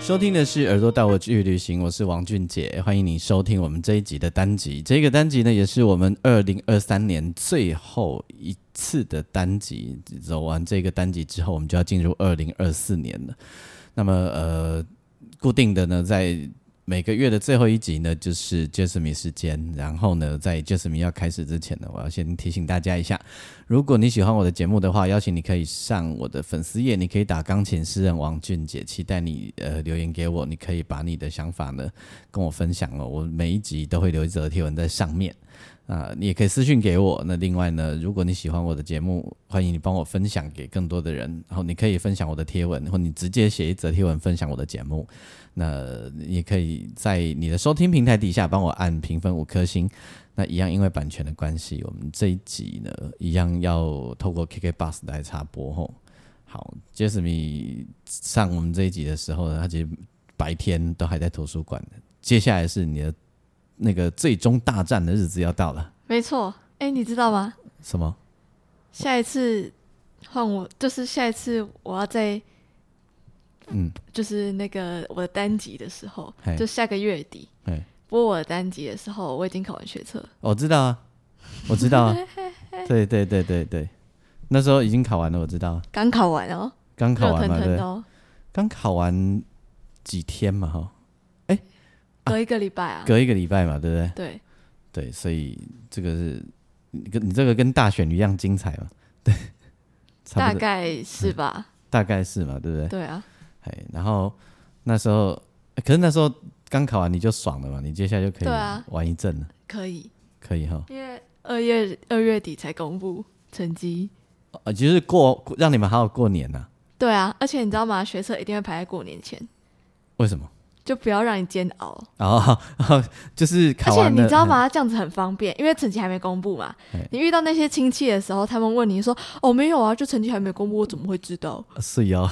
收听的是《耳朵带我去旅行》，我是王俊杰，欢迎你收听我们这一集的单集。这个单集呢，也是我们二零二三年最后一次的单集。走完这个单集之后，我们就要进入二零二四年了。那么，呃，固定的呢，在每个月的最后一集呢，就是 Jasmine 时间。然后呢，在 Jasmine 要开始之前呢，我要先提醒大家一下，如果你喜欢我的节目的话，邀请你可以上我的粉丝页，你可以打“钢琴诗人王俊杰”，期待你呃留言给我，你可以把你的想法呢跟我分享哦。我每一集都会留一则贴文在上面啊、你也可以私信给我。那另外呢，如果你喜欢我的节目，欢迎你帮我分享给更多的人，然后你可以分享我的贴文，或你直接写一则贴文分享我的节目。那也可以在你的收听平台底下帮我按评分五颗星。那一样，因为版权的关系，我们这一集呢，一样要透过 KK Bus 来插播吼。好，Jasmine 上我们这一集的时候呢，他其实白天都还在图书馆。接下来是你的那个最终大战的日子要到了，没错，哎、你知道吗？什么？下一次换我，就是下一次我要在，嗯，就是那个我的单集的时候嘿，就下个月底哎，播我的单集的时候，我已经考完学测，我知道啊，我知道啊，对对对对对，那时候已经考完了，我知道啊，刚考完哦，刚考热完腾嘛，对腾不的对，哦，刚考完几天嘛，哈，隔一个礼拜啊，隔一个礼拜嘛，对不对？对，对，所以这个是你跟你这个跟大选一样精彩嘛？对，差大不多嗯概是吧？大概是嘛，对不对？对啊，哎，然后那时候，欸可是那时候刚考完你就爽了嘛，你接下来就可对啊以玩一阵了，可以，可以哈。因为二月二月底才公布成绩。呃，就是过过让你们好好过年呐、对啊，而且你知道吗？学测一定会排在过年前，为什么？就不要让你煎熬。哦，就是而考且完你了知道？吗？这样子很方便，因为成绩还没公布嘛嘿。你遇到那些亲戚的时候，他们问你说：“哦，没有啊，就成绩还没公布，我怎么会知道？嗯是哦，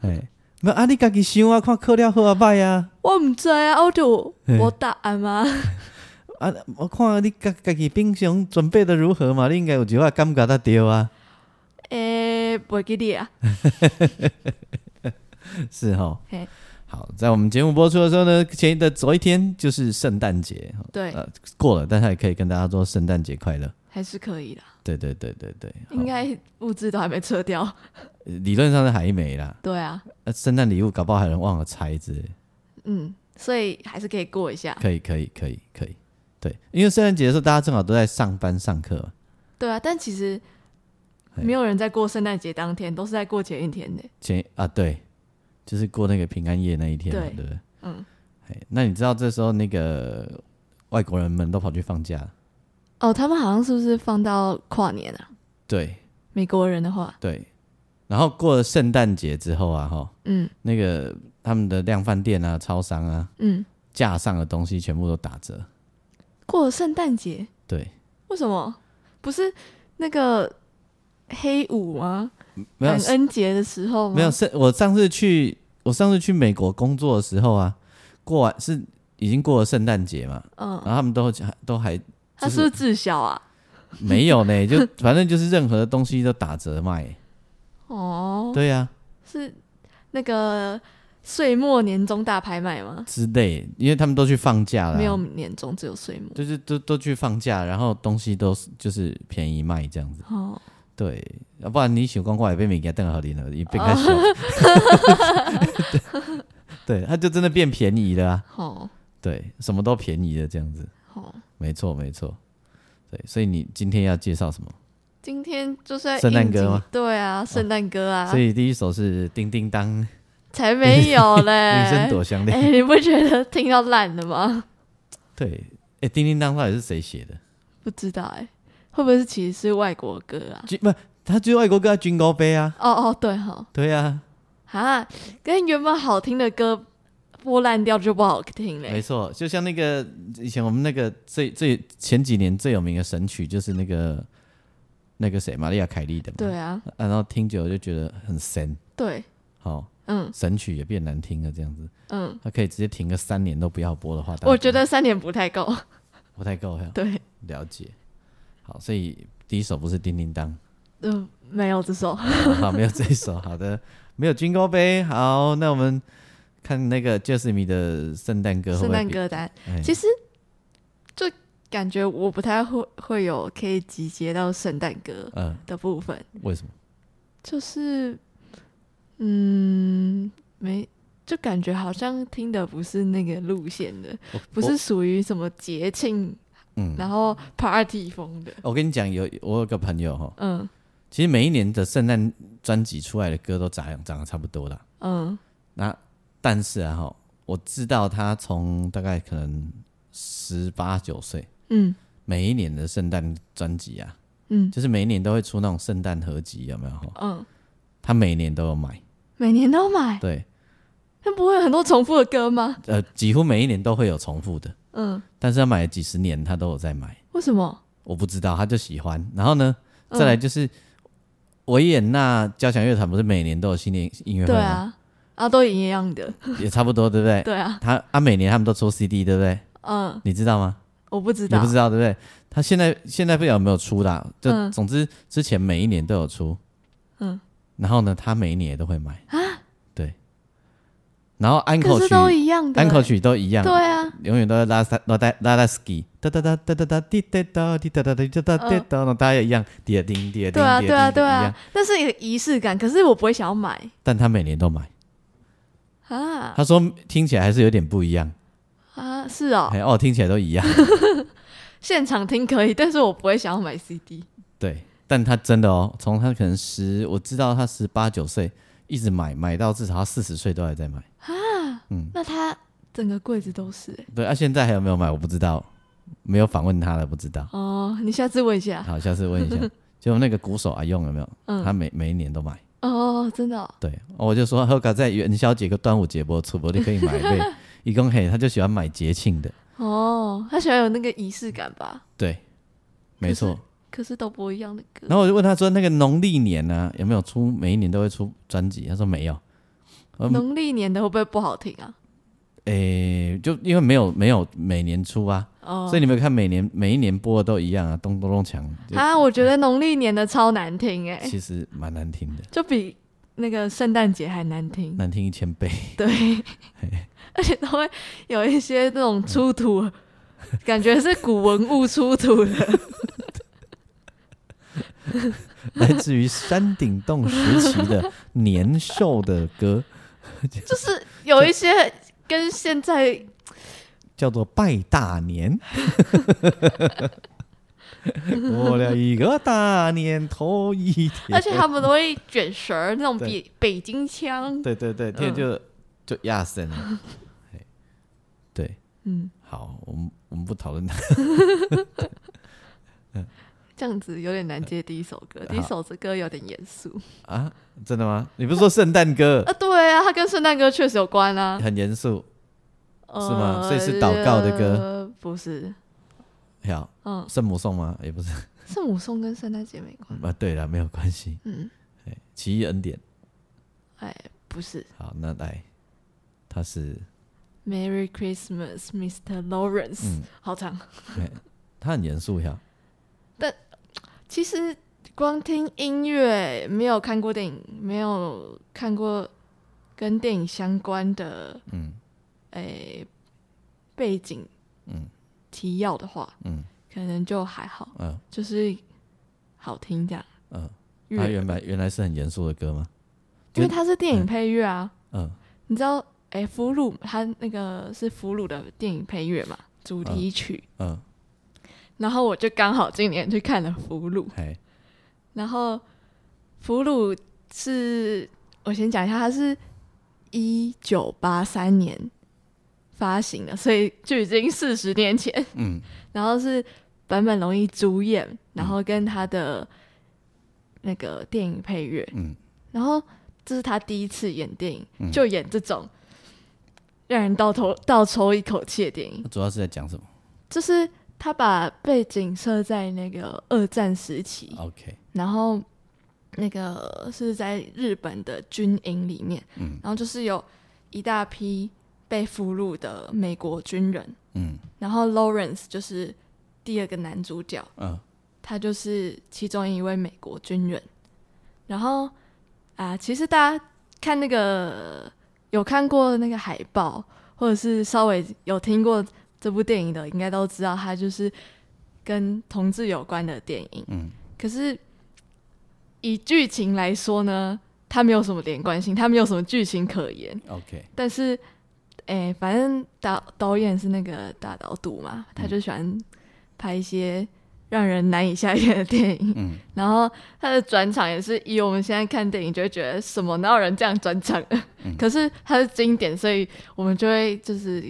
哎，没有啊，你自己想啊，看考了好啊歹啊，我唔知道啊，我就嘿我答案吗？啊，我看你家家己平常准备的如何嘛，你应该有一啊感觉才对啊。 诶，不记得啊。是哈嘿。好，在我们节目播出的时候呢，前的昨一天就是圣诞节，哈对，呃，过了，但是也可以跟大家说圣诞节快乐。还是可以的，对对对对对，好应该物资都还没撤 掉。呃理论上是还没啦，对啊，呃，圣诞礼物搞不好还能忘了拆之类的，嗯，所以还是可以过一下。可以可以可以可以，对，因为圣诞节的时候大家正好都在上班上课嘛，对啊，但其实嘿没有人在过圣诞节当天，都是在过前一天的。前啊对，就是过那个平安夜那一天嘛，对对不对？嗯，哎，那你知道这时候那个外国人们都跑去放假，哦，他们好像是不是放到跨年啊？对美国人的话，对，然后过了圣诞节之后啊，哈，嗯那个他们的量贩店啊、超商啊，嗯，架上的东西全部都打折。过了圣诞节。对，为什么？不是那个黑五吗？没有感恩节的时候吗？没有，是我上次去我上次去美国工作的时候啊，过完是已经过了圣诞节嘛，嗯，然后他们都都还他就是是不是自小啊？没有呢， 就反正就是任何东西都打折卖。哦，对啊呀、是那个岁末年终大拍卖吗？之类，因为他们都去放假了、没有，年终，只有岁末。就是都都去放假，然后东西都是就是便宜卖这样子。哦，对，要不然你想光光也被物件邓好林了，一变开手，哦 对，它就真的变便宜了、啊，好，对，什么都便宜了这样子，好，没错没错，对，所以你今天要介绍什么？今天就是在圣诞歌应景吗？哦对啊，圣诞歌啊所，以第一首是《叮叮当》，才没有 女生嘞。躲香 哎、恋，你不觉得听到烂了吗？对，哎、叮叮当》到底是谁写的？不知道哎、会不会是其实是外国歌啊？就不，他去外国歌要军高杯啊，哦哦，对哈，对啊，啊，跟原本好听的歌播烂掉就不好听嘞没。错，就像那个以前我们那个最最前几年最有名的神曲就是那个那个谁玛利亚凯莉的嘛，对啊，啊，然后听久了就觉得很神，对，好、嗯神曲也变难听了这样子，嗯，他可以直接停个三年都不要播的话，大家我觉得三年不太够。不太够了对，了解。好，所以第一首不是叮叮当，嗯，没有这首。好，没有这一首，好的，没有军歌杯，好，那我们看那个 Jasmine 的圣诞歌会圣不会诞比，歌单，哎其实就感觉我不太会会有可以集结到圣诞歌嗯，的部分，为什么？就是嗯，没就感觉好像听的不是那个路线的，我不我是属于什么节庆，嗯，然后 party 风的，我跟你讲，有我有个朋友哈，嗯其实每一年的圣诞专辑出来的歌都长长得差不多啦。嗯那但是啊哈，我知道他从大概可能十八九岁，嗯每一年的圣诞专辑啊，嗯就是每一年都会出那种圣诞合集，有没有？哈，嗯，他每年都有买，每年都买，对，那不会有很多重复的歌吗？呃，几乎每一年都会有重复的，嗯，但是他买了几十年，他都有在买。为什么？我不知道，他就喜欢。然后呢，嗯再来就是维也纳交响乐团不是每年都有新年音乐会对吗？啊，啊都一样的，也差不多，对不对？对啊，他啊，每年他们都出 CD，对不对？嗯，你知道吗？我不知你道，不知道，对不对？他现在现在不知道有没有出啦，就、嗯总之之前每一年都有出，嗯，然后呢，他每一年也都会买啊，对。然后安可口是曲，都一样的、安口曲都一样，对啊，永远都在拉萨拉带拉拉斯基，哒哒哒哒哒哒滴哒哒滴哒哒滴哒哒滴哒，然后大家也一样，滴叮滴叮，嗯对啊，滴对啊，叮对一样啊，那是一个仪式感，可是我不会想要买但他每年都买，啊他说听起来还是有点不一样，啊，是哦，哎哦，听起来都一样，现场听可以，但是我不会想要买 CD，对，但他真的哦，从他可能十，我知道他十八九岁一直买，买到至少他四十岁都还在买，啊嗯那它整个柜子都是、欸对，啊，现在还有没有买我不知道，没有访问他了，不知 道，哦，你下次问一下好，下次问一下，就那个鼓手阿用有没有，嗯他每每一年都买。哦，真的、哦，对，哦我就说后搞在元宵节跟端午节播出，我就可以买呗。 一共嘿，他就喜欢买节庆的，哦，他喜欢有那个仪式感吧？对，没错。可是都不一样的歌，然后我就问他说，那个农历年呢、有没有出？每一年都会出专辑？他说没有。嗯农历年的会不会不好听啊？诶、就因为没有没有每年出啊，哦所以你们看每年每一年播的都一样啊，咚咚咚锵，就啊，我觉得农历年的超难听哎、其实蛮难听的，就比那个圣诞节还难听。难听一千倍。 对，哎而且都会有一些那种出嗯土，感觉是古文物出土 的。来自于山顶洞时期的年兽的歌，就是有一些跟现在叫做拜大 年。过了一个大年头一天，而且他们都会卷舌儿，那种对北北京腔。对对嗯对，天就、就压身了。嘿对，嗯，好，我们我们不讨论它。这样子有点难接第一首歌。第一首这歌有点严肃啊，真的吗？你不是说圣诞歌啊，对啊，它跟圣诞歌确实有关啊。很严肃？呃、是吗所以是祷告的歌呃不是，好，嗯，圣母颂吗？也不是圣母颂跟圣诞节没关。啊。对了，没有关系。嗯，嘿奇异恩典。哎，不是。好，那来，它是 Merry Christmas, Mr. Lawrence，、嗯好长。它很严肃呀。其实光听音乐，没有看过电影，没有看过跟电影相关的嗯诶、背景嗯提要的话，嗯可能就还好，嗯就是好听这样。嗯，乐它原来原来是很严肃的歌吗？因为它是电影配乐啊，嗯。你知道诶、俘虏它那个是俘虏的电影配乐嘛，主题曲。嗯，然后我就刚好今年去看了《俘虏》，嘿，然后俘虏是我先讲一下，它是一九八三年发行的，所以就已经四十年前。嗯然后是坂本龙一主演，然后跟他的那个电影配乐，嗯然后这是他第一次演电影，就演这种让人倒头倒抽一口气的电影那，主要是在讲什么就是他把背景设在那个二战时期， ？OK，然后那个是在日本的军营里面，嗯然后就是有一大批被俘虏的美国军人，嗯然后 Lawrence 就是第二个男主角，嗯他就是其中一位美国军人。然后啊，其实大家看那个有看过那个海报，或者是稍微有听过这部电影的，应该都知道它就是跟同志有关的电影。嗯，可是以剧情来说呢，它没有什么连贯性，它没有什么剧情可言。 ，OK，但是，哎、反正导导演是那个大岛笃嘛，嗯他就喜欢拍一些让人难以下咽的电影。嗯然后他的转场也是以我们现在看电影就会觉得什么哪有人这样转场，嗯可是它是经典，所以我们就会就是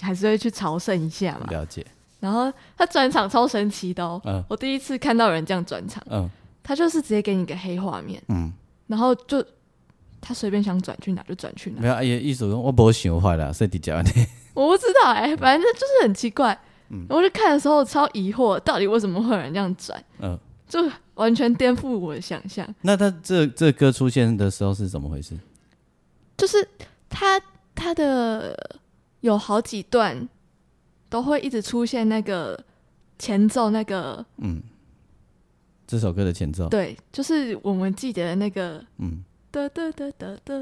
还是会去朝圣一下嘛。了解，然后他转场超神奇的哦，嗯我第一次看到有人这样转场，嗯他就是直接给你个黑画面，嗯，然后就他随便想转去哪就转去哪没。有，啊也意思说我不想坏了，所以讲你，我不知道哎、反正就是很奇怪。嗯我就看的时候超疑惑，到底为什么会有人这样转， 嗯，就完全颠覆我的想象。那他这这歌出现的时候是怎么回事？就是他他的有好几段都会一直出现那个前奏，那个嗯，这首歌的前奏，对，就是我们记得的那个嗯哒哒哒哒哒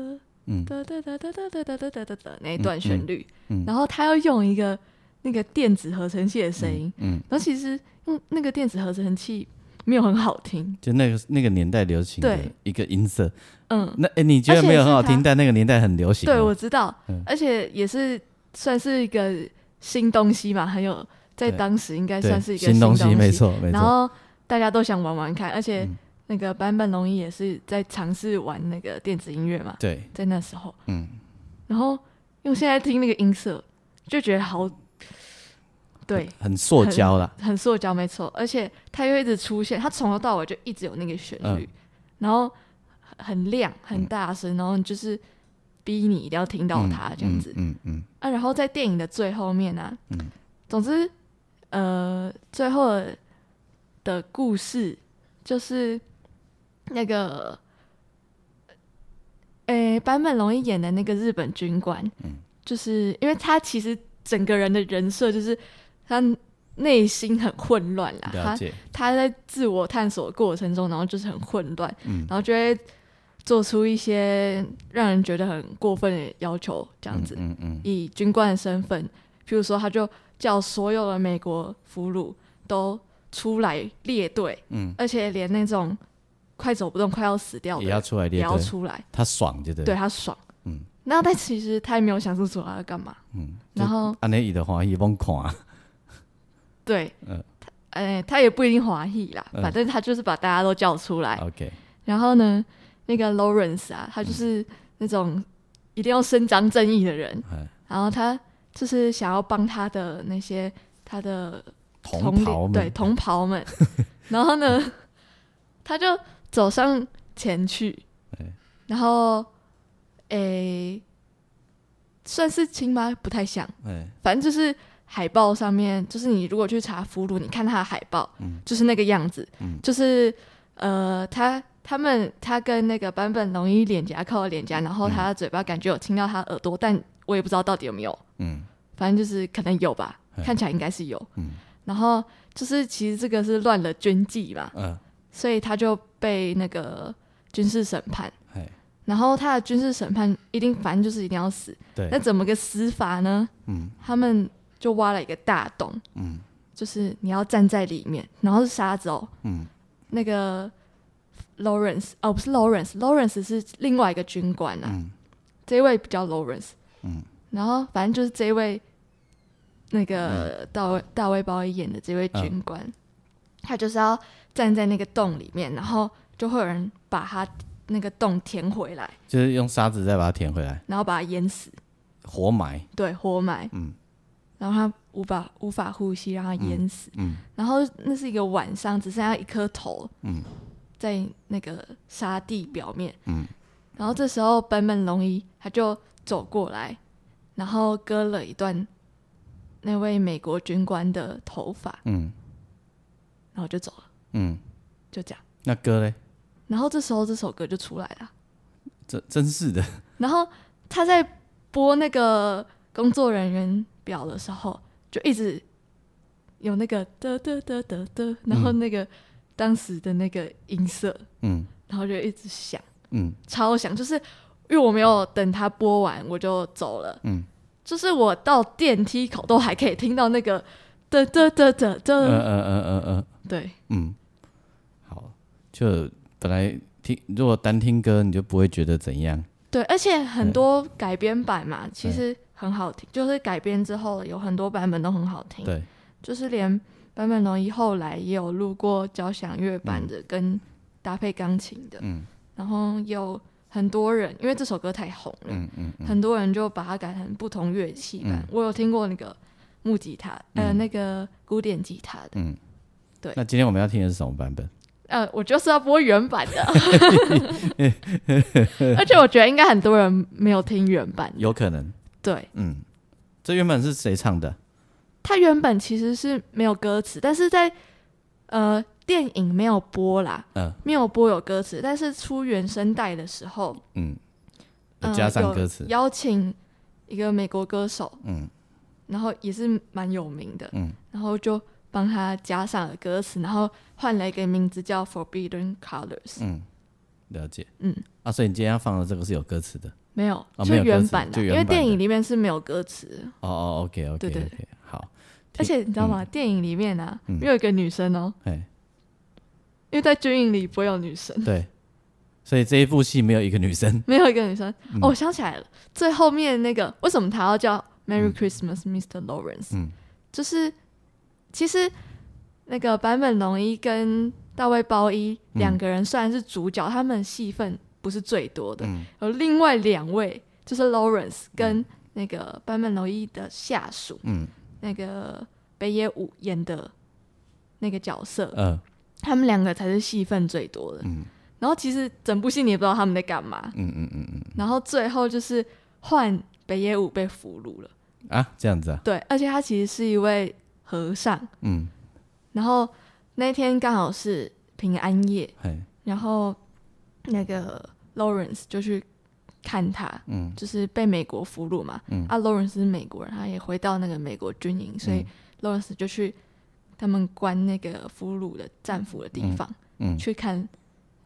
嗯哒哒哒哒哒哒哒哒哒哒哒那一段旋律，嗯然后他要用一个那个电子合成器的声音，嗯，然后其实用那个电子合成器没有很好听，就那个那个年代流行的对一个音色。嗯，那哎、你觉得而且没有很是好他听，但那个年代很流行吗。对，我知道，嗯而且也是算是一个新东西嘛，很有在对当时应该对算是一个新东西，没错没然错。后大家都想玩玩看，而且嗯那个坂本龙一也是在尝试玩那个电子音乐嘛，对，在那时候，嗯，然后用现在听那个音色，就觉得好，对，很塑胶啦。很塑胶，没错。而且它又一直出现，它从头到尾就一直有那个旋律，嗯然后很亮、很大声，然后你就是逼你一定要听到它、这样子、嗯嗯啊。然后在电影的最后面啊，嗯总之，呃，最后的的故事就是那个，诶、坂本龙一演的那个日本军官，嗯就是因为他其实整个人的人设就是他内心很混乱啦，嗯，了啊他解。他在自我探索的过程中，然后就是很混乱，嗯然后就会做出一些让人觉得很过分的要求，这样子。嗯嗯嗯以军官的身份，譬如说，他就叫所有的美国俘虏都出来列队，嗯，而且连那种快走不动、快要死掉的也要人出来也列要队，出来，他爽就对。对，他爽。嗯那但其实他也没有想清楚他要干嘛，嗯，然后安尼伊的欢喜崩看啊，对，嗯他哎，他也不一定华裔啦，嗯啊反正他就是把大家都叫出来， OK，然后呢，那个 Lawrence 啊，他就是那种一定要伸张正义的人，哎，然后他就是想要帮他的那些他的同袍龄们，对同袍们， 然后呢，他就走上前去哎，然后诶、算是亲吗？不太像，哎，反正就是海报上面，就是你如果去查俘虏，你看他的海报，嗯就是那个样子，嗯就是呃，他他们他跟那个坂本龙一脸颊靠了脸颊，然嗯后他的嘴巴感觉有亲到他耳朵，但我也不知道到底有没有，嗯反正就是可能有吧，嗯看起来应该是有。嗯然后就是其实这个是乱了军纪嘛，嗯，所以他就被那个军事审判。哎，然后他的军事审判一定，反正就是一定要死。那对，怎么个死法呢？嗯他们就挖了一个大洞，嗯就是你要站在里面，然后是沙子哦。嗯那个 Lawrence 哦，不是 Lawrence，Lawrence 是另外一个军官啊，嗯这一位比较 Lawrence。嗯然后反正就是这一位那嗯个大卫大卫鲍伊演的这位军官，他就是要站在那个洞里面，然后就会有人把他那个洞填回来，就是用沙子再把它填回来，然后把他淹死，活埋，对，活埋，嗯然后他无法无法呼吸，让他淹死。嗯然后那是一个晚上，只剩下一颗头，嗯在那个沙地表面，嗯，然后这时候本本龙一他就走过来，然后割了一段那位美国军官的头发，嗯然后就走了，嗯，就这样。那歌嘞，然后这时候这首歌就出来了，这真是的，然后他在播那个工作人员表的时候，就一直有那个的的的的的，然后那个、当时的那个音色，嗯然后就一直响，嗯超响，就是因为我没有等他播完我就走了，嗯，就是我到电梯口都还可以听到那个的的的的呃呃的，呃呃呃，对，嗯，好，就本来听如果单听歌你就不会觉得怎样，对，而且很多改编版嘛，其实很好听，就是改编之后有很多版本都很好听，对，就是连坂本龙一后来也有录过交响乐版的，跟搭配钢琴的，嗯然后有很多人因为这首歌太红了，嗯嗯嗯，很多人就把它改成不同乐器版。嗯我有听过那个木吉他，呃，那个古典吉他嗯的，那今天我们要听的是什么版本？呃，我就是要播原版 的，而且我觉得应该很多人没有听原版的，有可能，对。嗯，这原本是谁唱的？它原本其实是没有歌词，但是在呃电影没有播啦，嗯没有播有歌词，但是出原声带的时候，嗯，有呃加上有歌词，邀请一个美国歌手，嗯然后也是蛮有名的，嗯然后就帮他加上了歌词，然后换了一个名字叫 Forbidden Colors，、嗯，了解，嗯啊，所以你今天要放的这个是有歌词的，没有，哦就没有歌词原版就的，原因为版的电影里面是没有歌词，哦哦，OK OK 对对 OK，好，而且你知道吗？电影里面啊，嗯没有一个女生哦，哎，因为在军营里不会有女生。对，所以这一部戏没有一个女生， 嗯没有一个女生。哦，我想起来了，最后面那个为什么他要叫 Merry Christmas, Mr. Lawrence？、嗯就是其实那个坂本龙一跟大卫包一嗯两个人虽然是主角，他们戏份不是最多的，嗯有另外两位就是 Lawrence 跟那个坂本龙一的下属，嗯那个北野武演的那个角色，呃他们两个才是戏份最多的。嗯然后其实整部戏你也不知道他们在干嘛，嗯嗯嗯嗯然后最后就是换北野武被俘虏了，啊，这样子啊，对，而且他其实是一位和尚，嗯，然后那天刚好是平安夜，嘿，然后那个 Lawrence 就去看他，嗯就是被美国俘虏嘛，嗯啊，Lawrence 是美国人，他也回到那个美国军营，所以嗯 Lawrence 就去他们关那个俘虏的战俘的地方、嗯，去看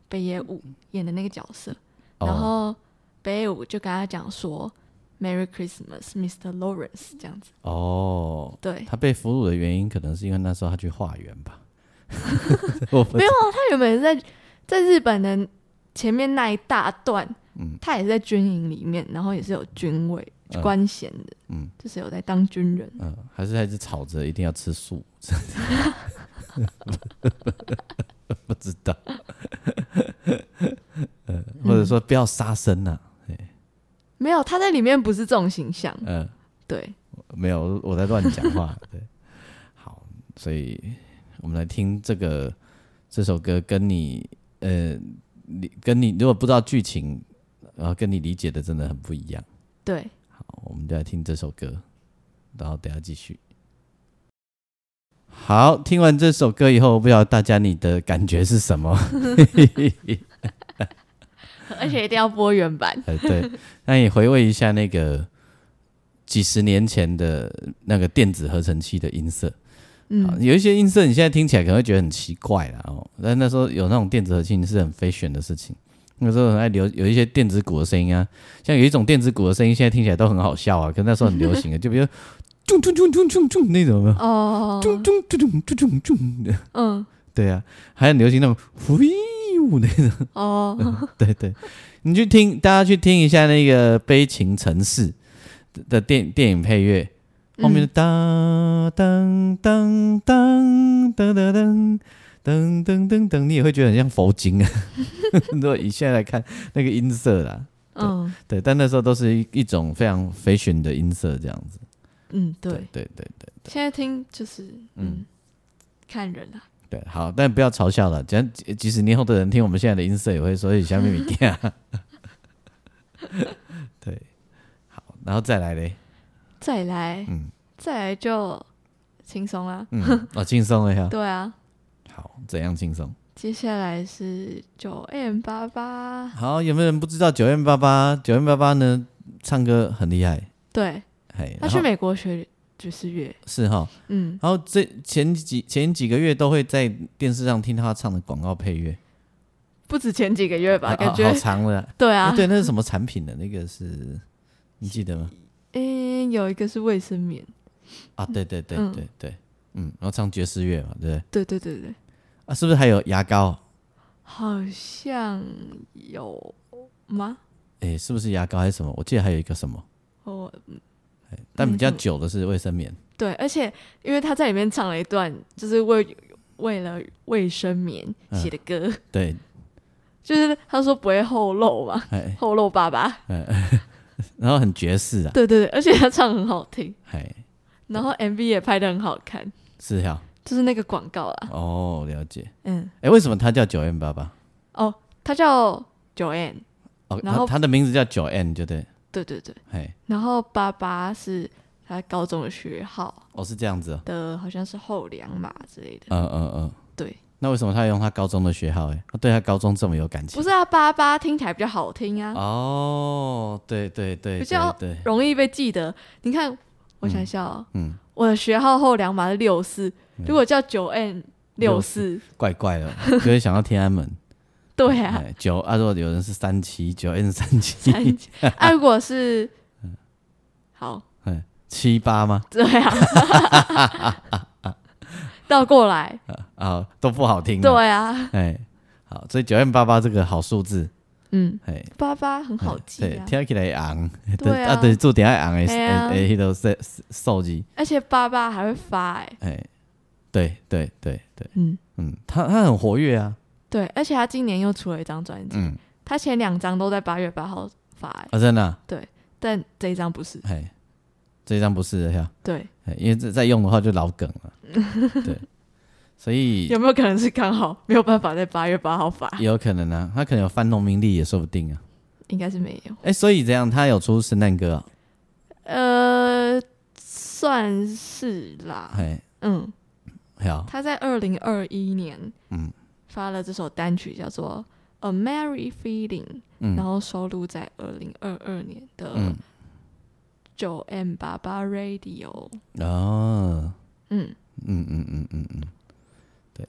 北野武演的那个角色，然哦，后北野武就跟他讲说 “Merry Christmas, Mr. Lawrence” 这样子。哦，对，他被俘虏的原因可能是因为那时候他去化缘 吧，我不没有啊，他原本是在在日本的前面那一大段，嗯他也是在军营里面，然后也是有军位嗯官衔的，嗯就是有在当军人。嗯，还是还是吵着一定要吃素，不知道，呃，或者说不要杀生呐、啊，没有，他在里面不是这种形象。嗯、对，没有，我在乱讲话。对，好，所以我们来听这个这首歌，跟你呃，你跟你如果不知道剧情，然后跟你理解的真的很不一样。对，好，我们就来听这首歌，然后等一下继续。好，听完这首歌以后，不知道大家你的感觉是什么？ 而且一定要播原版。呃，对，那你回味一下那个几十年前的那个电子合成器的音色，啊，嗯，有一些音色你现在听起来可能会觉得很奇怪啦哦，但那时候有那种电子合金是很 fashion 的事情。那时候很爱流有一些电子鼓的声音啊，像有一种电子鼓的声音，现在听起来都很好笑啊，跟那时候很流行的，就比如咚咚咚咚咚咚那种有没有，哦，咚咚咚咚咚咚咚的，嗯，对啊，还很流行那种呼呜那种，哦，对对，你去听，大家去听一下那个《悲情城市》的电电影配乐，后面的当当当当当当当当当当当，你也会觉得很像佛经啊。如果以现在来看，那个音色啦，嗯 对，但那时候都是一一种非常 fashion 的音色，这样子。嗯，对对，对对对现在听就是嗯，看人啦。对，好，但不要嘲笑了。讲即使年后的人听我们现在的音色，也会说你下面米干。 对，好，然后再来嘞，再来，嗯再来就轻松啦。嗯，哦，轻松一下，对啊，好，怎样轻松？接下来是九 M 八八，好，有没有人不知道九 M 八八？九 M 八八呢，唱歌很厉害，对嘿，他然去后啊美国学爵士乐，是哈，嗯，然后这前几前几个月都会在电视上听他唱的广告配乐，不止前几个月吧，啊感啊觉好长了。对哎啊，对，那是什么产品的？那个是你记得吗？嗯，有一个是卫生棉，啊，对对对嗯对对，嗯，然后唱爵士乐嘛，对不对对对对对，啊，是不是还有牙膏？好像有吗？哎，是不是牙膏还是什么？我记得还有一个什么，哦，哎但比较没错久的是卫生棉。对，而且因为他在里面唱了一段，就是为为了卫生棉写嗯的歌，对，就是他说不会后漏嘛，哎，后漏 爸爸，然后很爵士啊，对对对，而且他唱很好听，哎，然后 MV 也拍的很好看，是哈，就是那个广告啊啦，哦，了解。嗯，哎，为什么它叫九 N 八八？哦，他叫九 N，哦，然它后它的名字叫九 N，就对，对对对，哎，然后爸爸是他高中的学号哦，是这样子哦，的，好像是后两码之类的，嗯嗯嗯。对，那为什么他用他高中的学号？哎，他对他高中这么有感情不？是啊，爸爸听起来比较好听啊，哦，对对对，比较对对，容易被记得。你看，我想想、哦，嗯，我的学号后两码是六四，嗯如果叫九 N 六四，怪怪的， 就会想到天安门。 对啊，哎，九啊，如果有人是三七九 N 三七三七，啊，如果是好， 七八吗？对 啊，倒过来，啊，都不好听。，对啊，哎，好，所以九 N 八八这个好数字，嗯，哎，八八很好记对，啊，听起来会昂，对啊对，做点爱昂的嘿啊诶，迄个手手机，而且八八还会发哎、哎，对对对对，嗯，嗯，他他很活跃啊，对，而且他今年又出了一张专辑，嗯，他前两张都在八月八号发、哎啊，真的啊，但这一张不是，哎，这一张不是的呀，对，哎因为这再用的话就老梗了，对，所 以有没有可能是刚好没有办法在八月八号发？也有可能啊，他可能有翻农民历也说不定啊，应该是没有，哎，所以这样他有出圣诞歌啊，呃，算是啦，哎，嗯，好，他在二零二一年，嗯发了这首单曲叫做《A Merry Feeling》，然嗯后收录在二零二二年的嗯，九 M 八八 Radio，哦。嗯，嗯嗯嗯嗯嗯，对。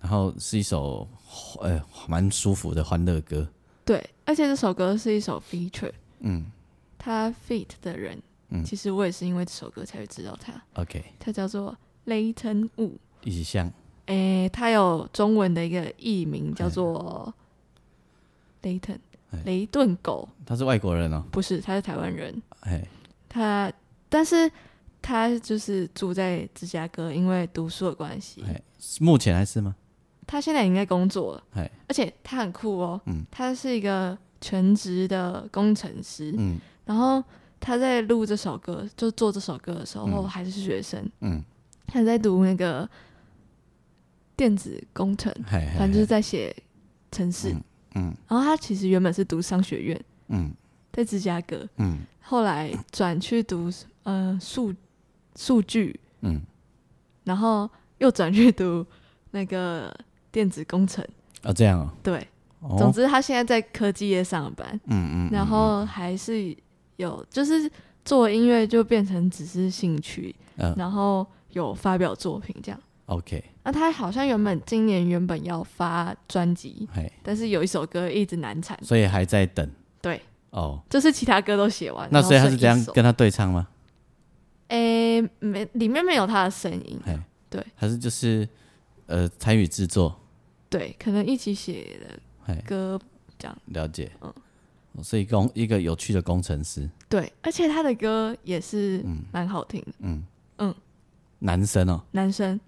然后是一首呃蛮舒服的欢乐歌，对，而且这首歌是一首 feature，嗯他 feat 的人，嗯其实我也是因为这首歌才会知道他， ，OK，他叫做雷腾武。一起像诶、他有中文的一个译名叫做雷腾哎雷顿狗，他是外国人哦，不是，他是台湾人。哎，他但是他就是住在芝加哥，因为读书的关系。哎目前还是吗？他现在已经在工作了哎，而且他很酷哦。嗯他是一个全职的工程师。嗯然后他在录这首歌，就做这首歌的时候、嗯还是学生，嗯，他在读那个电子工程。嘿嘿，反正就是在写城市。嗯然后他其实原本是读商学院，嗯在芝加哥，嗯后来转去读呃数数据，嗯，然后又转去读那个电子工程。哦这样哦对，总哦，之他现在在科技业上班，嗯嗯，然后还是有就是做音乐就变成只是兴趣，嗯然后有发表作品这样。 OK，那他好像原本今年原本要发专辑，嘿，但是有一首歌一直难产，所以还在等对，哦。就是其他歌都写完。那所以他然是后剩这样一首跟他对唱吗？诶、没里面没有他的声音，嘿，对，还是就是呃参与制作？对，可能一起写的嘿，歌，了解。嗯哦，所以工一个有趣的工程师，对，而且他的歌也是嗯蛮好听的，嗯嗯，男生哦，男生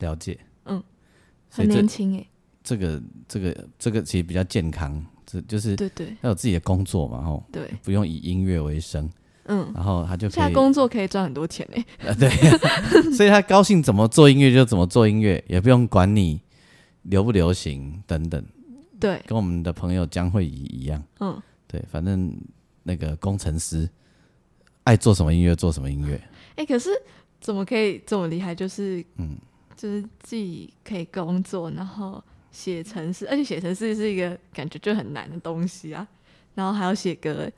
了解，嗯，所很以这年轻欸诶、这个这个这个其实比较健康，这就是对对要有自己的工作嘛，吼，对不用以音乐为生，嗯，然后他就现可在以，工作可以赚很多钱欸诶、呃、对， 所以他高兴怎么做音乐就怎么做音乐，也不用管你流不流行等等，对，跟我们的朋友江慧仪一样，嗯，对，反正那个工程师爱做什么音乐做什么音乐，哎、可是怎么可以这么厉害？就是嗯，就是自己可以工作，然后写程式，而且写程式是一个感觉就很难的东西啊。然后还要写歌，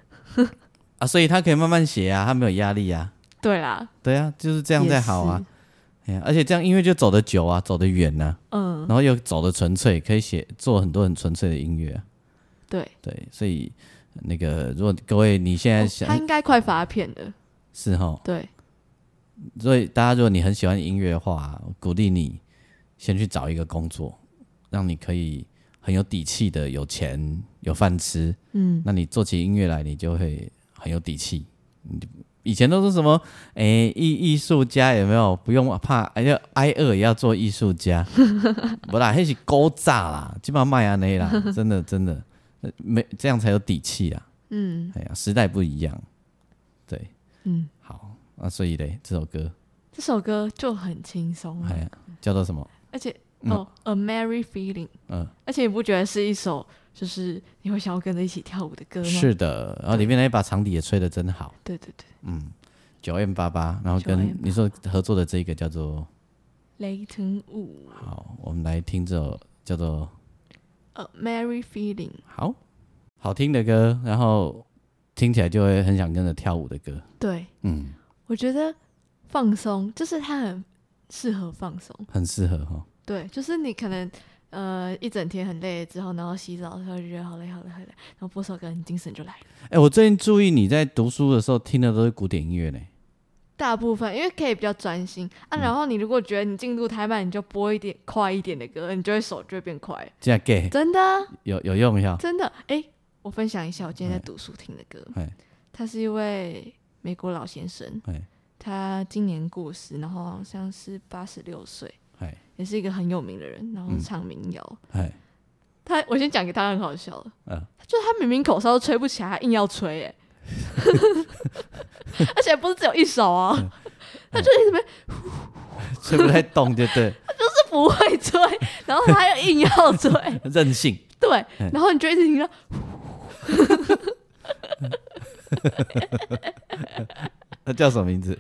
啊，所以他可以慢慢写啊，他没有压力啊，对啦，对啊，就是这这样才好啊。哎呀，而且这样音乐就走得久啊，走得远呐、嗯，然后又走得纯粹，可以写做很多很纯粹的音乐啊。对，对，所以那个如果各位你现在哦想、他应该快发片了，是哈，对，所以大家如果你很喜欢音乐的话，我鼓励你先去找一个工作，让你可以很有底气的有钱有饭吃。嗯，那你做起音乐来，你就会很有底气。你以前都是什么？哎、艺艺术家有没有？不用怕，哎呀，挨饿也要做艺术 家。不啦，那是勾炸啦，基本上卖安内啦， 真的真的，呃没这样才有底气啊。嗯哎呀，时代不一样，对，嗯，好啊，所以嘞，这首歌，这首歌就很轻松啊哎，呀，叫做什么？而且嗯哦、a merry feeling，嗯，而且你不觉得是一首就是你会想要跟着一起跳舞的歌吗？是的，然后里面那一把长笛也吹得真好，对对对嗯，九 M 八八，然后跟 9M88 你说合作的这个叫做。雷霆舞，好，我们来听这首叫做呃，merry feeling，好好听的歌，然后听起来就会很想跟着跳舞的歌。对嗯，我觉得放松就是它很适合放松，很适合哈。对，就是你可能。呃，一整天很累之后，然后洗澡的时候就觉得好累好累好累，然后播首歌，你精神就来了。哎、我最近注意你在读书的时候听的都是古典音乐呢。大部分因为可以比较专心啊，嗯然后你如果觉得你进度太慢，你就播一点快一点的歌，你就会手就会变快，这样 gay 真的啊、有有用一下，真的，哎、我分享一下我今天在读书听的歌哎。他是一位美国老先生哎，他今年过世，然后好像是八十六岁，哎也是一个很有名的人，然后嗯唱民谣。哎，他我先讲给他很好笑的，嗯就是他明明口哨都吹不起来，他硬要 吹、欸，哎，而且不是只有一首哦、嗯他就一直被吹不太动就对，是不会吹，然后他又硬要 吹，任性。对，哎然后你就一直听到，那叫什么名字？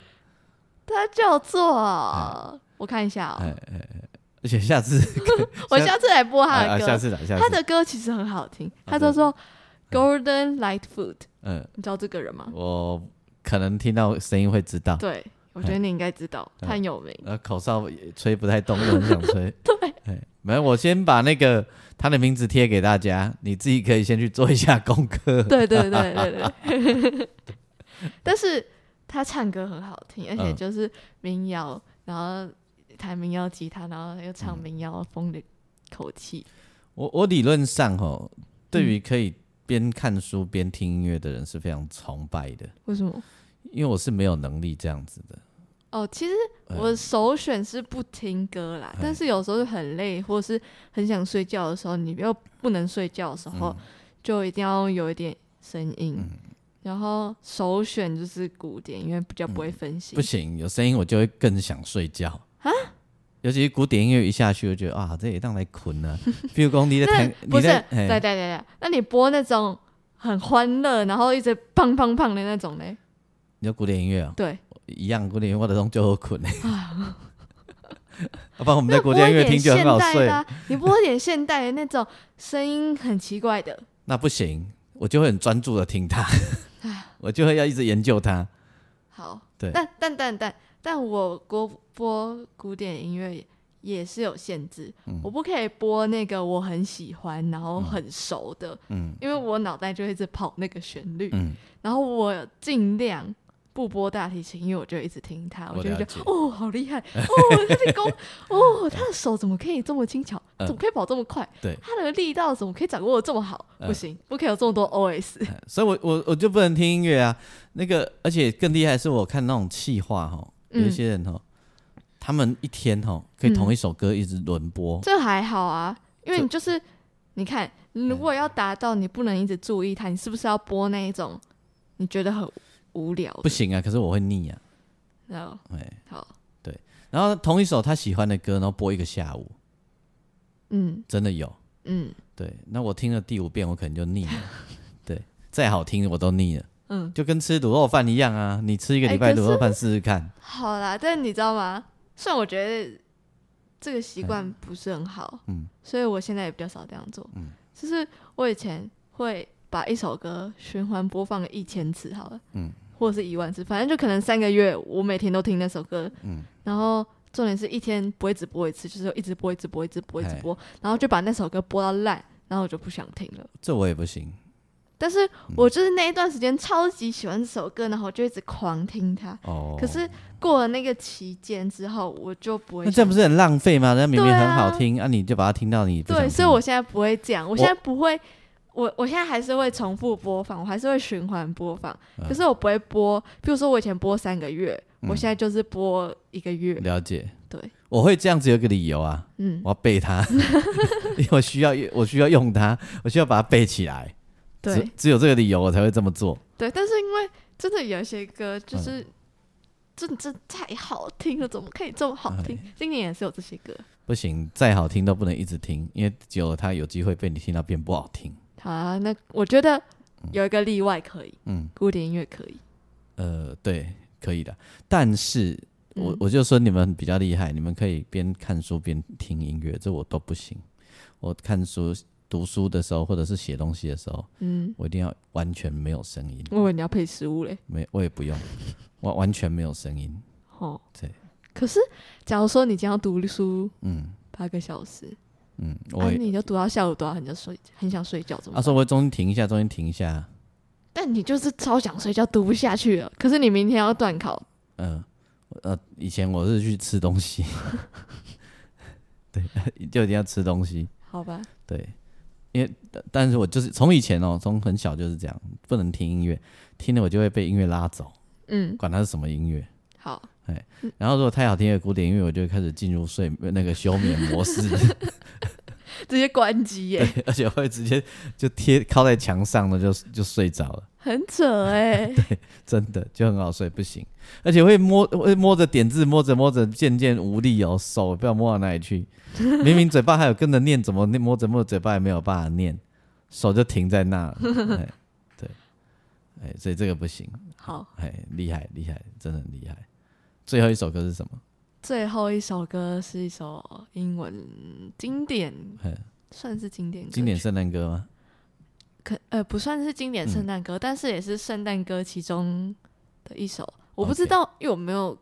他叫做，我看一下哦、哎哎哎，而且下次我下次来播他啊的啊，歌，下次来，下次他的歌其实很好听，啊他叫做 Golden Lightfoot，嗯，你知道这个人吗？我可能听到声音会知道。对，我觉得你应该知道，嗯他很有名。 然后口哨也吹不太动，又很想吹。对，哎，没有，我先把那个他的名字贴给大家，你自己可以先去做一下功课。对对对对对。 但是他唱歌很好听，而且嗯就是民谣，然后弹民谣吉他，然后又唱嗯民谣风的口气。我我理论上吼，对嗯于可以边看书边听音乐的人是非常崇拜的，为什么？因为我是没有能力这样子的。哦，其实哎我首选是不听歌啦，但是有时候很累或是很想睡觉的时候，你又不能睡觉的时候，嗯就一定要有一点声音。然后首选就是古典，因为比较不会分心。嗯不行，有声音我就会更想睡觉啊。尤其是古典音乐一下去，我就觉得啊，这也当来困 啊。比如讲你在弹，那不你是，在对对对哎对，那你播那种很欢乐，然后一直砰砰砰的那种呢？你说古典音乐啊，对，一样古典音乐我的中就好困。 要不然我们在那古播典一音乐点听就现很好代睡的、。啊，你播一点现代的那种声音很奇怪的，那不行，我就会很专注的听它， 我就会要一直研究它。好，对但但但但但我国播古典音乐也是有限制，嗯我不可以播那个我很喜欢然后很熟的，嗯因为我脑袋就一直跑那个旋律，嗯，然后我尽量。不播大提琴，因为我就一直听他，我我就了觉解得哦，好厉 害哦，他的弓哦，他的手怎么可以这么轻巧，嗯怎么可以跑这么快？对他的力道怎么可以掌握的这么好？嗯不行，不可以有这么多 OS。所以我我我就不能听音乐啊。那个，而且更厉害的是，我看那种气话哈，有一嗯些人哈，他们一天哈可以同一首歌一直轮播。这还好啊，因哦为这你就是你看，你如果要达到你不能一直注意它，你是不是要播那一种你觉得很无聊的。不行啊，可是我会腻啊。然后哎，好，然后同一首他喜欢的歌，然后播一个下午，嗯真的有。嗯对，那我听了第五遍，我可能就腻 了。对，再好听我都腻了，嗯，就跟吃卤肉饭一样啊。你吃一个礼拜哎可是卤肉饭试试看，好啦。但你知道吗？虽然我觉得这个习惯不是很好，哎嗯，所以我现在也比较少这样做。嗯，就是我以前会把一首歌循环播放个一千次，好了，嗯，或者是一万次，反正就可能三个月，我每天都听那首歌，嗯，然后。重点是一天不会只播一次，就是一直播、一直播、一直播、一直哎播，然后就把那首歌播到烂，然后我就不想听了。这我也不行。但是嗯我就是那一段时间超级喜欢这首歌，然后我就一直狂听它。哦，可是过了那个期间之后，我就不会那想。这样不是很浪费吗？那明明对啊很好听啊，你就把它听到你不想对，听所以我现在不会这样，我我现在不会，我我现在还是会重复播放，我还是会循环播放。嗯可是我不会播，比如说我以前播三个月，我现在就是播一个月。了解。对，我会这样子有一个理由啊，嗯，我要背 它，因为我需要我需要用它，我需要把它背起来。只对只有这个理由我才会这么做。对，但是因为真的有一些歌嗯就是。真真太好听了，怎么可以这么好听？哎今年也是有这些歌。不行，再好听都不能一直听，因为久了它有机会被你听到变不好听。好啊，那我觉得有一个例外可以，嗯，古典音乐可以。呃，对，可以的。但是我、嗯我就说你们比较厉害，你们可以边看书边听音乐，这我都不行。我看书读书的时候，或者是写东西的时候，嗯，我一定要完全没有声音，我以为你要配食物嘞。没我也不用，完完全没有声音。哦，对。可是，假如说你今天要读书嗯八个小时，嗯，我啊啊，会。你就读到下午读到很想睡，很想睡觉，怎他么办？说我会中间停一下，中间停一下。但你就是超想睡觉，读不下去了。可是你明天要断考，嗯、呃，以前我是去吃东西， 对，就一定要吃东西。好吧？对，因为但但是我就是从以前哦，从很小就是这样，不能听音乐，听了我就会被音乐拉走，嗯，管它是什么音乐。好，然后如果太好听的古典音乐，我就会开始进入睡那个休眠模 式，直接关机耶，而且会直接就贴靠在墙上了，就就睡着了。很扯 哎。真的就很好睡，不行，而且会摸会摸着点字，摸着摸着渐渐无力哦，手不知道摸到哪里去，明明嘴巴还有跟着念，怎么念摸着摸着嘴巴也没有办法念，手就停在那了， 哎对，哎，所以这个不行，好，哎，厉害厉害，真的很厉害。最后一首歌是什么？最后一首歌是一首英文经典，嘿算是经典歌曲，经典嗯圣诞歌吗？可呃不算是经典圣诞歌，但是也是圣诞歌其中的一首。我不知 OK 道因为我没有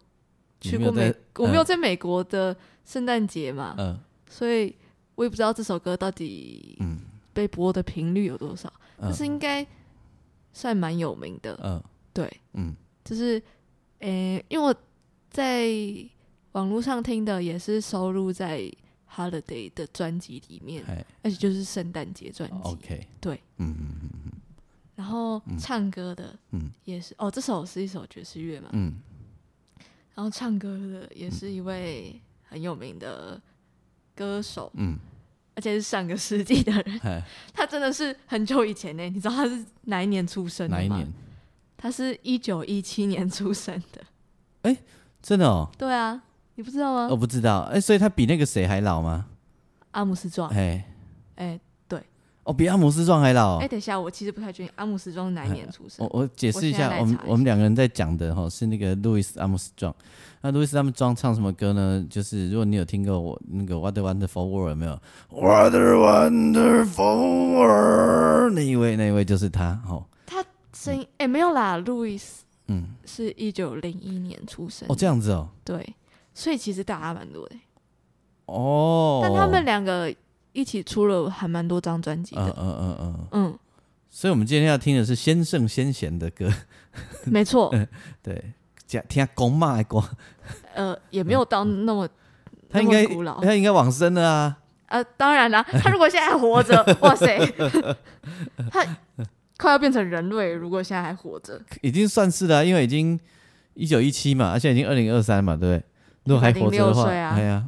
去你没过有美在，我没有在美国的圣诞节嘛，嗯、所以我也不知道这首歌到底嗯被播的频率有多少，嗯但是应该算蛮有名的。嗯对，嗯就是诶、因为我在网络上听的也是收录在《Holiday》的专辑里面，哎而且就是圣诞节专辑。哦，OK，嗯对，嗯嗯嗯然后唱歌的，嗯也是哦，这首是一首爵士乐嘛，嗯然后唱歌的也是一位很有名的歌手，嗯而且是上个世纪的人，嗯， 他真的是很久以前呢，你知道他是哪一年出生哎，的吗？哪一年？？他是一九一七年出生的，真的哦，对啊，你不知道吗？我不知道，哎、所以他比那个谁还老吗？阿姆斯壮，哎、哎哦，比阿姆斯壮还老、哦。哎哦哎，等一下，我其实不太确定阿姆斯壮哪一年出生我，我解释一我现下，在来我们查一下我们两个人在讲的哈是那个路易斯阿姆斯壮。那路易斯阿姆斯壮唱什么歌呢？就是如果你有听过我那个 What a Wonderful World 有没有？What a Wonderful World 那一位那一位就是他哈。声音哎没有啦，路易斯嗯，是一九零一年出生哦，这样子哦，对，所以其实大家蛮多的。哦，但他们两个一起出了还蛮多张专辑嗯的。嗯嗯嗯，嗯，所以我们今天要听的是先圣先贤的 歌，没错，对，讲听下公骂公，呃，也没有到那么他应该 那么古老他应该往生了啊，呃，当然啦，嗯他如果现在还 活着，哇塞，他快要变成人类，如果现在还活着，已经算是了啊、因为已经一九一七嘛，而且已经二零二三嘛，对不对？如果还活着的106话，岁啊哎呀，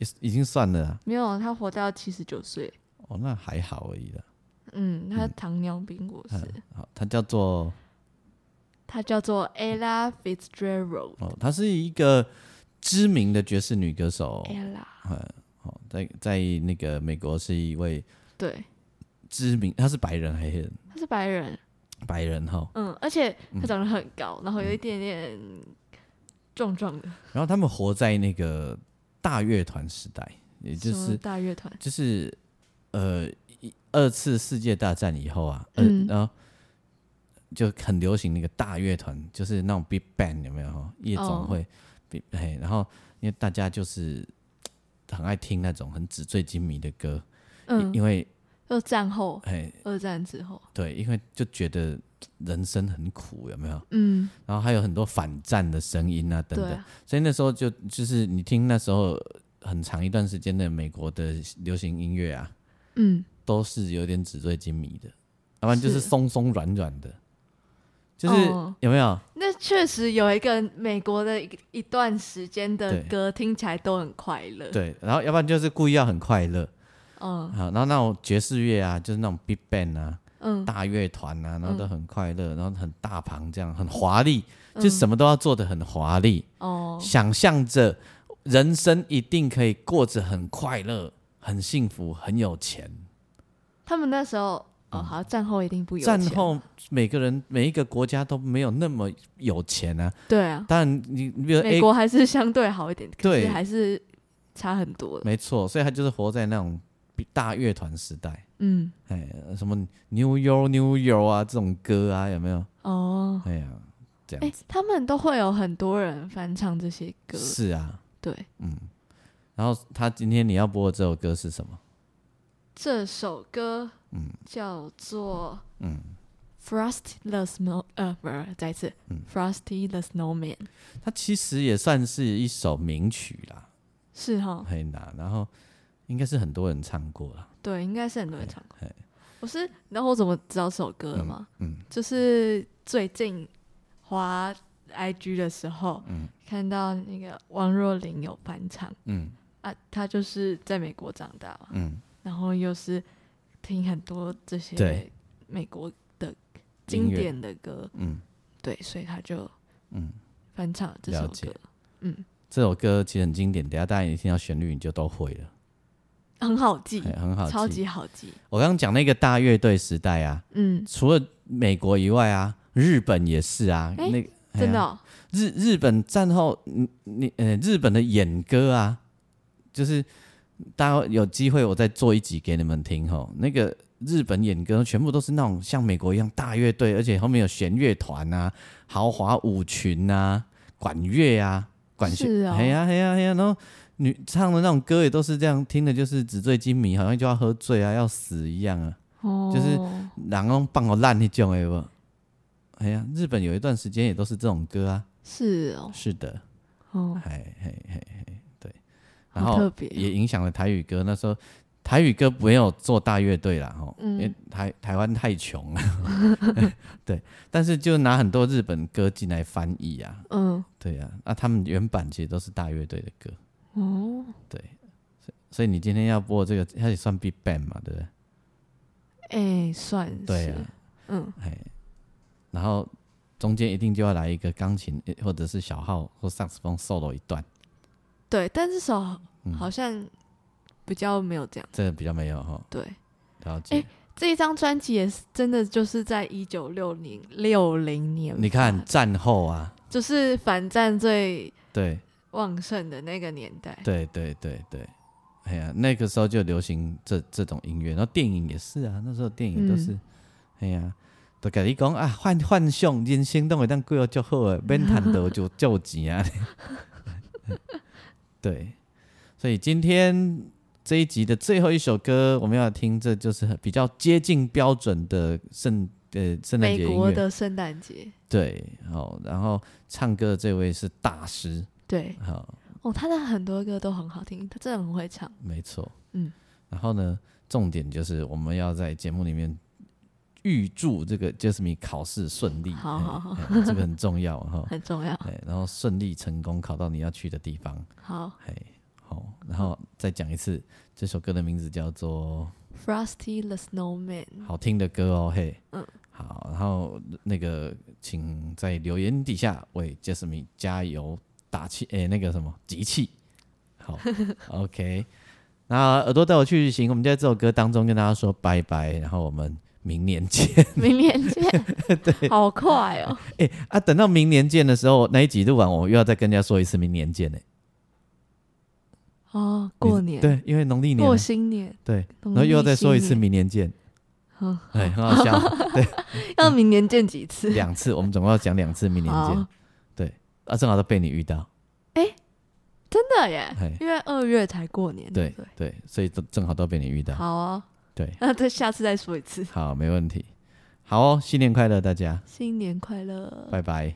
也是已经算了啊。没有，他活到七十九岁。哦，那还好而已了。嗯，他糖尿病过世，好，他叫做她叫做 Ella Fitzgerald。哦，她是一个知名的爵士女歌手， Ella，哦，在在那个美国是一位对，知名，她是白人黑人，她是白人，白人哈、嗯，而且她长得很高，然后有一点点壮壮的，然后他们活在那个大乐团时代，也就什么是大乐团，就是呃一二次世界大战以后啊，嗯嗯，然后就很流行那个大乐团，就是那种 Big Band 有没有哈？夜哦总会、Big 嘿，然后因为大家就是很爱听那种很纸醉金迷的歌，因嗯，因为就战后哎二战之后，对，因为就觉得人生很苦有没有？嗯，然后还有很多反战的声音啊等对等，啊，所以那时候就就是你听那时候很长一段时间的美国的流行音乐啊，嗯，都是有点纸醉金迷的，要不然就是是松松软软的，就是、哦有没有？那确实有一个美国的一一段时间的对歌听起来都很快乐，，对，然后要不然就是故意要很快乐，嗯好，然后那种爵士乐啊，就是那种 big band 啊，嗯，大乐团啊，然后都很快乐，然后很大庞这样，很华丽，就什么么都要做的很华丽，嗯哦，想象着人生一定可以过着很快乐、很幸福、很有钱。他们那时候哦，好，战后一定不有嗯战钱啊后每个人每一个国家都没有那么有钱啊，对啊，当然你你比如 A 美国还是相对好一点，可对是还是差很多的，没错，所以他就是活在那种比大乐团时代，嗯，哎，什么 New York New York 啊这种歌啊有没有？哦，哎呀，这哎样子、他们都会有很多人翻唱这些歌，是啊，对，然后他今天你要播的这首歌是什么？这首歌嗯叫做嗯。Frosty the Snow，呃，不是，再一次、嗯 Frosty the Snowman，它其实也算是一首名曲啦，是哈，很难，然后应该是很多人唱过啦。对，应该是很多人唱过嘿。我是，你知道我怎么知道这首歌的吗？嗯就是最近滑 IG 呃的时候，嗯看到那个王若琳有翻唱嗯啊，她就是在美国长大嘛，嗯，然后又是听很多这些对美国的音经乐典的歌，嗯对，所以她就嗯，翻唱了这首了解歌，嗯，这首歌其实很经典，等一下大家一听到旋律你就都会了，很好记，哎很好记。超级好记，我刚刚讲那个大乐队时代啊，嗯，除了美国以外啊，日本也是啊，哎那个哎呀真的哦、日日本战后，嗯你呃日本的演歌啊，就是大家有机会我再做一集给你们听吼。那个日本演歌全部都是那种像美国一样大乐队，而且后面有弦乐团啊、豪华舞群啊、管乐啊、管弦是哦，嘿呀嘿哎呀嘿呀，然后女唱的那种歌也都是这样，听的就是纸醉金迷，好像就要喝醉啊、要死一样啊。哦，就是然后放我烂那种哎不，哎呀，日本有一段时间也都是这种歌啊，是哦，是的，哦，嘿嘿嘿嘿，对，然好特后别哦、也影响了台语歌。那时候台语歌没有做大乐队啦，吼，因嗯为台台湾太穷了，对，但是就拿很多日本歌进来翻译啊，嗯，对呀、啊，那、他们原版其实都是大乐队的歌，哦，对，所以所以你今天要播这个，它也算 Big Bang 嘛，对不对？哎、算是，对呀、嗯，哎，然后中间一定就要来一个钢琴呃或者是小号或萨克斯风 solo 一段，嗯对，但这首好像比较没有这样，这个比较没有哈，对，了解。哎这一张专辑也是真的就是在一九六零六零年吧，你看战后啊，就是反战最对旺盛的那个年代，对对对对，哎呀，那个时候就流行这这种音乐，然后电影也是啊，那时候电影都嗯是，哎呀。都跟你讲啊，幻幻想人生都会当过就好诶，免谈 得就就有钱啊。 对，所以今天这一集的最后一首歌，我们要听，这就是很比较接近标准的圣呃圣诞节美音国乐。的圣诞节，对，好，然后唱歌的这位是大师，对，好，哦，他的很多歌都很好听，他真的很会唱，没错，嗯。然后呢，重点就是我们要在节目里面预祝这个 Jasmine 考试顺利，好哎好好哎这个很重 。要哈很重要，哎，然后顺利成功考到你要去的地方，好哎，好，然后再讲一次，这首歌的名字叫做 Frosty the Snowman。好听的歌哦，嘿，嗯，好，然后那个请在留言底下为 Jasmine 加油打气，诶，那个什么集气，好 ，OK，那耳朵带我去旅行，我们就在这首歌当中跟大家说拜拜，然后我们明年见。 明年见。好快哦！诶啊，等到明年见的时候，那一集录完，我又要再跟大家说一次明年见呢、哦，过年，对，因为农历年过了，新年，对，农然后又要历再说一新次年明年见，好哎，很好 笑。要明年见几次？两次，我们总共要讲两次明年见好。对，啊，正好都被你遇到，真的耶嘿，因为二月才过年，对啊不对。对，所以都正好都被你遇到。好哦，对，那再下次再说一次，好，没问题。好哦，新年快乐，大家，新年快乐，拜拜。